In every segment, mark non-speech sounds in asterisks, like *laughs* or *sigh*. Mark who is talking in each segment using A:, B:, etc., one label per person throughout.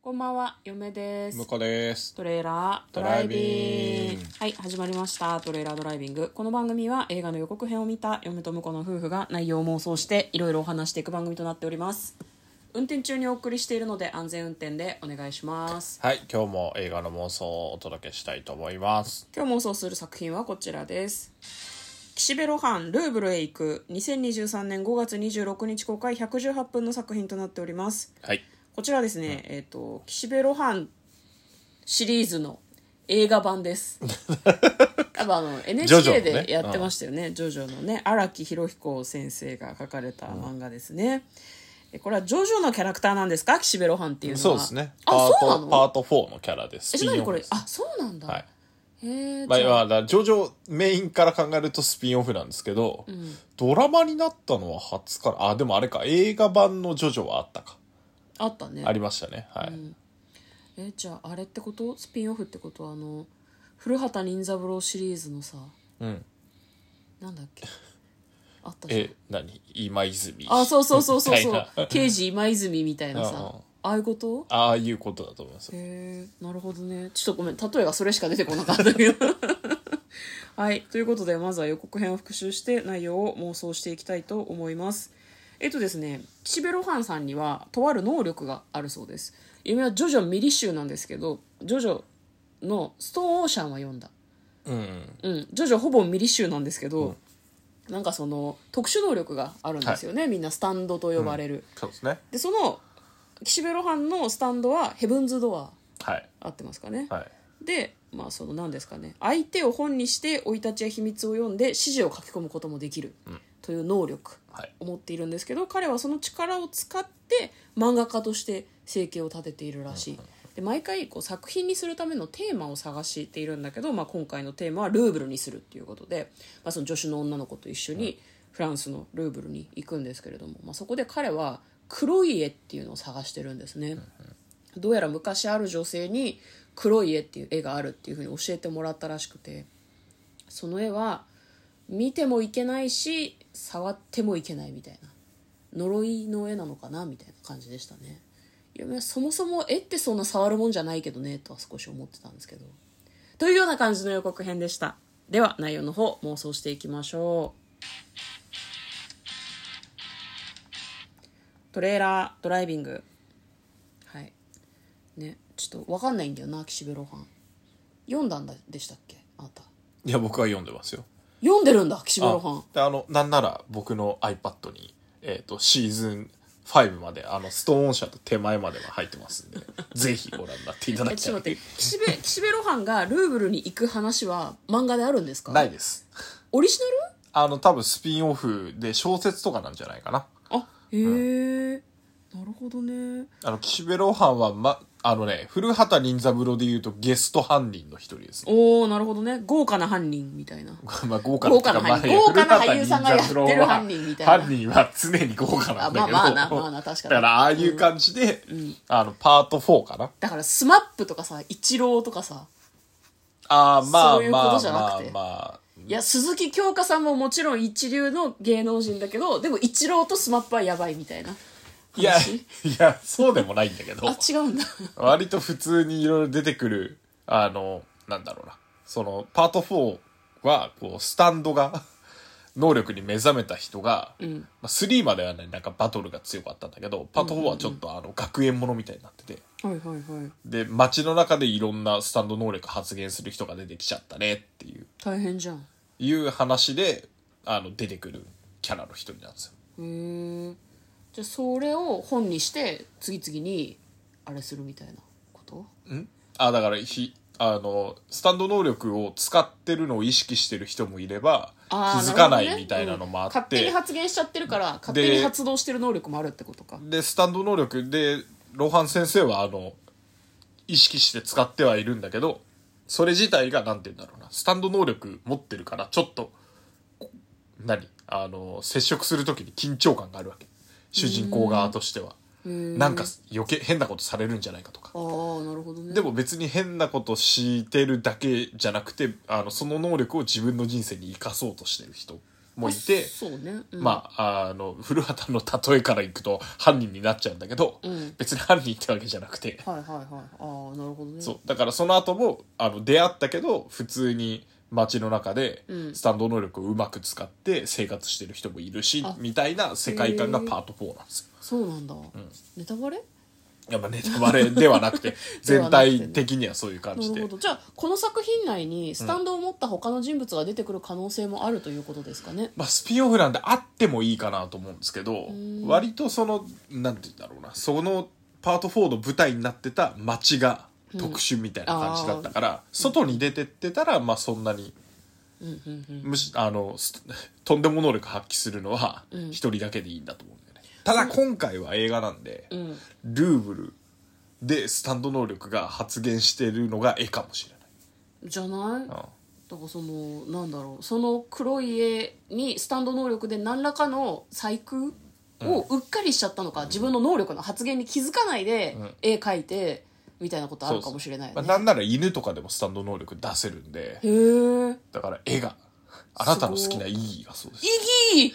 A: こんばんは、嫁です
B: 向。こうです。
A: トレーラードライビング。はい、始まりました。トレーラードライビング。この番組は映画の予告編を見た嫁と婿の夫婦が内容を妄想していろいろお話していく番組となっております。運転中にお送りしているので安全運転でお願いします。
B: はい、今日も映画の妄想をお届けしたいと思います。
A: 今日妄想する作品はこちらです。岸辺露伴ルーブルへ行く2023年5月26日公開118分の作品となっております。
B: はい。
A: こちらですね、えっ、と、岸辺露伴シリーズの映画版
B: *laughs*
A: です。多分あの、
B: ジョ
A: NHK
B: ジョのね
A: でやってましたよね、ジョジョのね、荒木博彦先生が書かれた漫画ですね。でこれはジョジョのキャラクターなんですか岸辺露伴っていうのは。
B: そうですね。
A: あ、そうな
B: パート、パー
A: の
B: ト4のキャラです。
A: え、じゃあ何これ
B: スピンオフ
A: あ、そうなんだ。
B: はい
A: へえ、
B: です。
A: じ
B: ま
A: ゃあ
B: あ、まあ、ジョジョメインから考えるとスピンオフなんですけど、ドラマになったのは初から、あ、でもあれか、映画版のジョジョはあったか。
A: あったね。
B: ありましたね。はい。
A: え、じゃああれってことスピンオフってことはあの、古畑任三郎シリーズのさ、
B: うん
A: なんだっ
B: *laughs*
A: けあったじゃん
B: え、何今泉。
A: あ、そうそうそうそう
B: み
A: そ
B: たいな
A: う。刑事今泉みたいな
B: うんうん
A: さ。ああいうこと
B: ああいうことだと思います。
A: へえ、なるほどね。ちょっとごめん。例えがそれしか出てこなかったけど。 *laughs* はい。ということで、まずは予告編を復習して内容を妄想していきたいと思います。えっとですね、岸辺露伴さんには、とある能力があるそうです。夢はジョジョミリ集なんですけど、ジョジョのストーンオーシャンは読んだ。
B: うん。
A: うん、ジョジョほぼミリ集なんですけど、なんかその特殊能力があるんですよね、みんなスタンドと呼ばれる、
B: そうですね。
A: でその岸辺露伴のスタンドはヘブンズ・ドア
B: はい。
A: 合ってますかね、
B: はい。
A: でまあその何ですかね相手を本にして生い立ちや秘密を読んで指示を書き込むこともできるという能力
B: はい
A: を持っているんですけど、彼はその力を使って漫画家として生計を立てているらしい。で毎回こう作品にするためのテーマを探しているんだけど、まあ、今回のテーマはルーブルにするっていうことで、まあ、その助手の女の子と一緒にフランスのルーブルに行くんですけれども、まあ、そこで彼は黒い絵っていうのを探してるんですね。どうやら昔ある女性に黒い絵っていう絵があるっていうふうに教えてもらったらしくてその絵は見てもいけないし触ってもいけないみたいな呪いの絵なのかなみたいな感じでしたね嫁はそもそも絵ってそんな触るもんじゃないけどねとは少し思ってたんですけどというような感じの予告編でしたでは内容の方妄想していきましょうトレーラードライビングはいねちょっと分かんないんだよな岸辺露伴読んだんだでしたっけあなた
B: いや、僕は読んでますよ。
A: 読んでるんだ岸辺露
B: あ
A: 伴
B: であのなんなら僕の iPad に、えー、とシーズン5まであのストーン社と手前までは入ってます
A: *laughs*
B: んでぜひご覧になっていただ
A: え
B: き
A: ち
B: た
A: ょ
B: い
A: っと待って岸辺岸辺露伴がルーブルに行く話は漫画であるんですか
B: ないです
A: オリジ
B: あの多分スピンオフで小説とかなんじゃないかな
A: ナルあへえ、なるほどね
B: あの岸辺露伴は、ま、あのね古畑任三郎でいうとゲスト犯人の一人ですね *laughs*
A: おおなるほどね豪華な犯人みたいな
B: まあ豪華
A: 豪華な
B: まあ
A: 俳優豪華な
B: 古
A: 俳優さんがやってる
B: 古畑任三郎は
A: 犯人みたいな
B: 犯人は常に豪華なんだけど
A: あまあまあなまあな確かに
B: だからああいう感じで、あのパート4かな
A: だからスマップとかさイチローとかさ
B: ああまあ
A: そういうこ
B: ま
A: と
B: あ
A: じゃ
B: ま
A: な
B: あ
A: くて
B: まあ
A: いや鈴木京香さんももちろん一流の芸能人だけどでもイチローとスマップはやばいみたいない
B: や、
A: 話
B: いや、そうでもないんだけど
A: あ、違うんだ
B: 割と普通にいろいろ出てくる、あの、なんだろうな。その、パート4は、こう、スタンドが、能力に目覚めた人が、
A: ん
B: まあ、3まではね、なんかバトルが強かったんだけど、パート4はちょっと、あの、学園ものみたいになってて、
A: はいはいはい
B: で、街の中でいろんなスタンド能力発言する人が出てきちゃったねっていう、
A: 大変じゃん
B: いう話で、あの、出てくるキャラの一人なんですよ。
A: へえじゃあそれを本にして次々にあれするみたいなこと
B: あだからひあのスタンド能力を使ってるのを意識してる人もいれば気
A: あー
B: づかな
A: るほどね
B: いみたいなのもあ
A: うん勝
B: っ
A: 手に
B: て、
A: 発言しちゃってるから勝手に発動してる能力もあるってことか
B: でスタンド能力で露伴先生はあの意識して使ってはいるんだけどそれ自体がなんて言うんだろうなスタンド能力持ってるからちょっとこ何あの接触する時に緊張感があるわけ主人公側としてはなんか余計変なことされるんじゃないかとか
A: ああなるほどね
B: でも別に変なことしてるだけじゃなくてあのその能力を自分の人生に生かそうとしてる人もいて、
A: そうね、うん
B: まあ、あの、古畑の例えからいくと犯人になっちゃうんだけど、
A: うん
B: 別に犯人ってわけじゃなくて、
A: はいはいはいああなるほどね
B: そう。だからその後も、あの、出会ったけど、普通に街の中で
A: う、ん
B: スタンド能力をうまく使って生活してる人もいるし
A: あ、
B: みたいな世界観がパート4なんですよ。
A: そうなんだ、ネタバレ
B: いやっぱネタバレではなくて、
A: *laughs* では
B: 全
A: なくてね
B: 体的にはそういう感
A: な
B: じ
A: る
B: で
A: ほ。どじゃあこの作品内にスタンドを持った他の人物が出てくる可能性もあるということですかね、
B: まあ、スピンオフなんであってもいいかなと思うんですけど
A: ん
B: 割とそのなんて言うんだろうなそのパート4の舞台になってた街が特殊みたいな感じだったから、外に出てってたらまあそんなに
A: うんうんうん、
B: むしあのす *laughs* とんでも能力発揮するのは
A: うん
B: 一人だけでいいんだと思うんだよね、ただ今回は映画なんで、
A: うん
B: ルーブルでスタンド能力が発現してるのが絵かもしれない。
A: じゃない、
B: うん
A: だからそのなんだろうその黒い絵にスタンド能力で何らかの細工をうっかりしちゃったのか、自分の能力の発言に気づかないで
B: うん
A: 絵描いてみたいなことあるかもしれないよ
B: まあ
A: ね、
B: なんなら犬とかでもスタンド能力出せるんで
A: へえ
B: だから絵があなたの好きな意義がそうです
A: イギ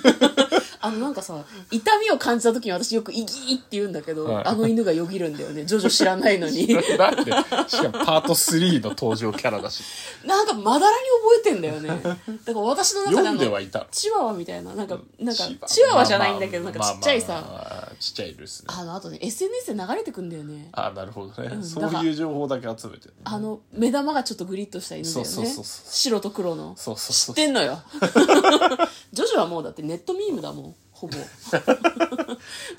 A: ー
B: *laughs*
A: あのなんかさ痛みを感じた時に私よく「イギー」って言うんだけど、
B: はい
A: あの犬がよぎるんだよねジョジョ知らないの
B: *laughs*
A: に
B: なんでしかもパート3の登場キャラだし
A: *laughs* なんかまだらに覚えてんだよねだから私の中であ
B: 読ん
A: の
B: ではいた
A: チワワみたいななんかなんかチワワじゃないんだけど、
B: まあ
A: なんかちっちゃいさ、
B: まあまあまあちっちゃいですね
A: あのあとね SNS で流れてくんだよね
B: あなるほどね、
A: うん
B: そういう情報だけ集めてるね、
A: あの目玉がちょっとグリッとした犬だよね
B: そうそうそうそう
A: 白と黒の
B: そうそうそ
A: 知
B: う
A: ってんのよ *laughs* ジョジョはもうだってネットミームだもんほぼ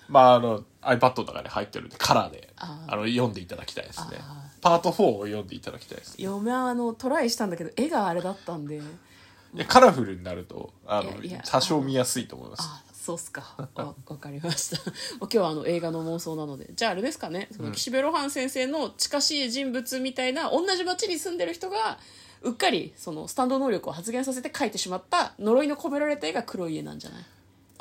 B: まああの iPad とかに入ってるんでカラーで
A: あ
B: あ
A: ー
B: の読んでいただきたいですね
A: あ
B: パート4を読んでいただきたいですね
A: 嫁はあのトライしたんだけど絵があれだったんで
B: いやカラフルになるとあの
A: いやいや
B: 多少見やすいと思います
A: あそうっすか
B: *laughs*
A: わわかりました今日はあの映画の妄想なのでじゃああれですかねその岸辺露伴先生の近しい人物みたいな同じ町に住んでる人がうっかりそのスタンド能力を発現させて描いてしまった呪いの込められた絵が黒い絵なんじゃない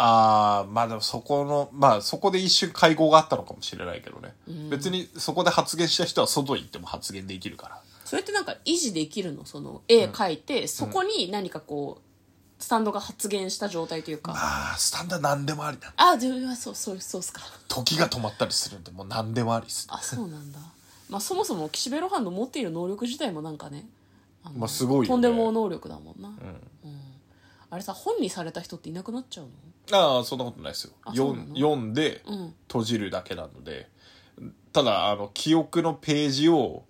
B: ああまあでもそこのまあそこで一瞬会合があったのかもしれないけどね、
A: ん
B: 別にそこで発言した人は外に行っても発言できるから
A: それってなんか維持できるのその絵描いて、そこに何かこうスタンドが発言した状態というか、
B: ああスタンダー何でもありだ
A: あ自分はそうそうそうっすか
B: 時が止まったりするんでもう何でもありっす、
A: あそうなんだ *laughs* まあそもそも岸辺露伴の持っている能力自体もなんかねあの
B: まあすごいよね
A: とんでも能力だもんな、
B: うん、
A: あれさ本にされた人っていなくなっちゃうの
B: ああそんなことないですよ
A: あ
B: 読
A: そうなんの
B: 読んで
A: うん
B: 閉じるだけなのでただあの記憶のページを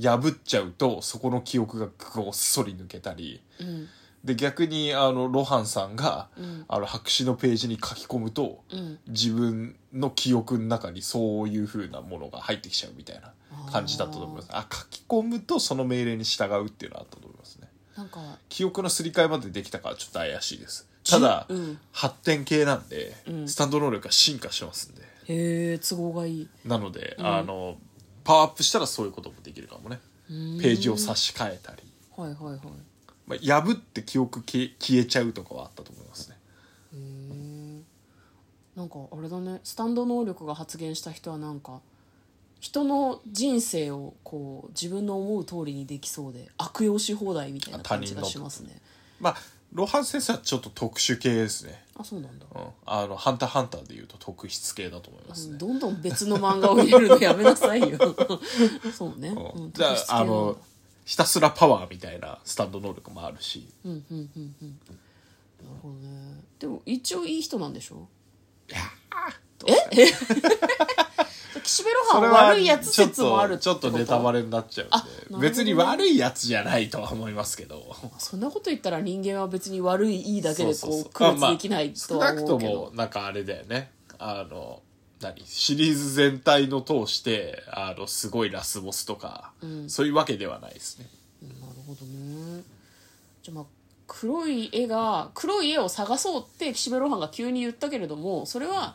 B: 破っちゃうとそこの記憶がごっそり抜けたり
A: うん
B: で逆にあのロハンさんが、
A: うん
B: あの白紙のページに書き込むと
A: うん
B: 自分の記憶の中にそういう風なものが入ってきちゃうみたいな感じだったと思いますあ書き込むとその命令に従うっていうのはあったと思いますね
A: なんか
B: 記憶のすり替えまでできたからちょっと怪しいですただ、
A: うん
B: 発展系なんで、
A: うん
B: スタンド能力が進化してますんで
A: へえ都合がいい
B: なので、
A: ん
B: あのパワーアップしたらそういうこともできるかもね
A: ペー
B: ページを差し替えたり、
A: はいはいはいへ
B: まあ、破って記憶消え消えちゃうとかはあったと思いますね
A: えなんかあれだねスタンド能力が発現した人はなんか人の人生をこう自分の思う通りにできそうで悪用し放題みたいな感じがしますね
B: まあロハン先生はちょっと特殊系ですね、
A: あそうなんだ、
B: うん、あのハンターハンターでいうと特筆系だと思いますね、
A: どんどん別の漫画を入れるのやめなさい
B: *laughs*
A: よそうね、
B: うん
A: うん、
B: じゃ
A: 特質系
B: あ
A: な
B: あ
A: んだ
B: のひたすらパワーみたいなスタンド能力もあるし
A: うんうんうんうんなるほどねでも一応いい人なんでしょえ *laughs* 岸辺露
B: そ
A: 伴
B: れ
A: は
B: は
A: 悪いやつ説もあるって
B: ちょっとちょっとネタバ
A: レ
B: レになっちゃうん
A: あなるほ
B: で、
A: どね
B: 別に悪いやつじゃないとは思いますけど
A: そんなこと言ったら人間は別に悪いいいだけで
B: そうそう
A: こ
B: そう
A: う区別
B: まあまあ
A: できないと
B: 少
A: は
B: なく
A: 思
B: と
A: うけど、
B: もなんかあれだよねあの何シリーズ全体の通してあのすごいラスボスとか、
A: うん
B: そういうわけではないですね
A: なるほどねじゃあまあ黒い絵が黒い絵を探そうって岸辺露伴が急に言ったけれどもそれは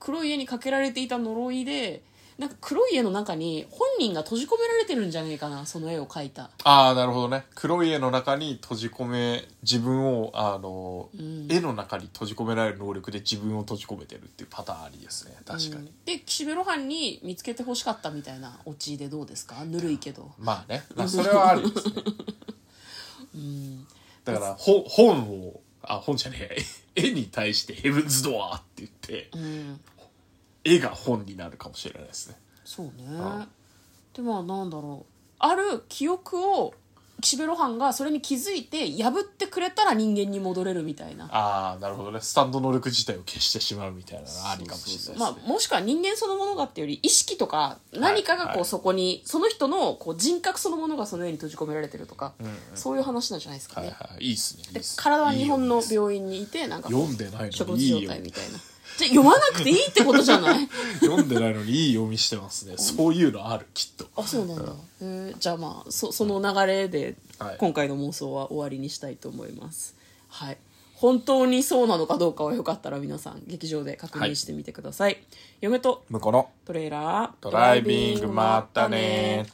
A: 黒い絵にかけられていた呪いでなんか黒い絵の中に本人が閉じ込められてるんじゃねえかなその絵を描いた
B: ああなるほどね黒い絵の中に閉じ込め自分をあの、
A: ん
B: 絵の中に閉じ込められる能力で自分を閉じ込めてるっていうパターンありですね確か
A: う
B: に、
A: んで岸辺露伴に見つけてほしかったみたいなオチでどうですかぬるいけど *laughs*
B: まあね、まあ、それはあるですね
A: うん
B: だからほ本をあ本じゃねえ *laughs* 絵に対して「ヘブンズ・ドアー」って言って
A: うん
B: 絵が本になるかもしれないですね
A: そうね
B: ん
A: でまあなんだろうある記憶を岸辺露伴がそれに気づいて破ってくれたら人間に戻れるみたいな
B: ああなるほどねスタンド能力自体を消してしまうみたいなのありかもしれないです
A: そうそう
B: ね
A: そうまあ、もしくは人間そのものがっていうより意識とか何かが
B: はい
A: こ
B: は
A: う
B: い
A: そこに、その人のこう人格そのものがその絵に閉じ込められてるとか、そういう話なんじゃないですか
B: は
A: ね、
B: いはいいいっすねいい
A: で
B: っすね
A: 体は日本の
B: いいよ
A: 病院にいてなんか
B: 読んでない
A: 植
B: の
A: 物
B: にいい
A: 状
B: よ
A: 態みたいなじゃ読まなくていいってことじゃない
B: 読んでないのにいい読みしてますねそういうのあるきっと
A: あそうなんだ、えーじゃあまあそその流れで
B: はい
A: 今回の妄想は終わりにしたいと思いますはい本当にそうなのかどうかはよかったら皆さん劇場で確認してみてください、嫁と
B: 向こうの
A: トレーラー
B: ドライビングまったね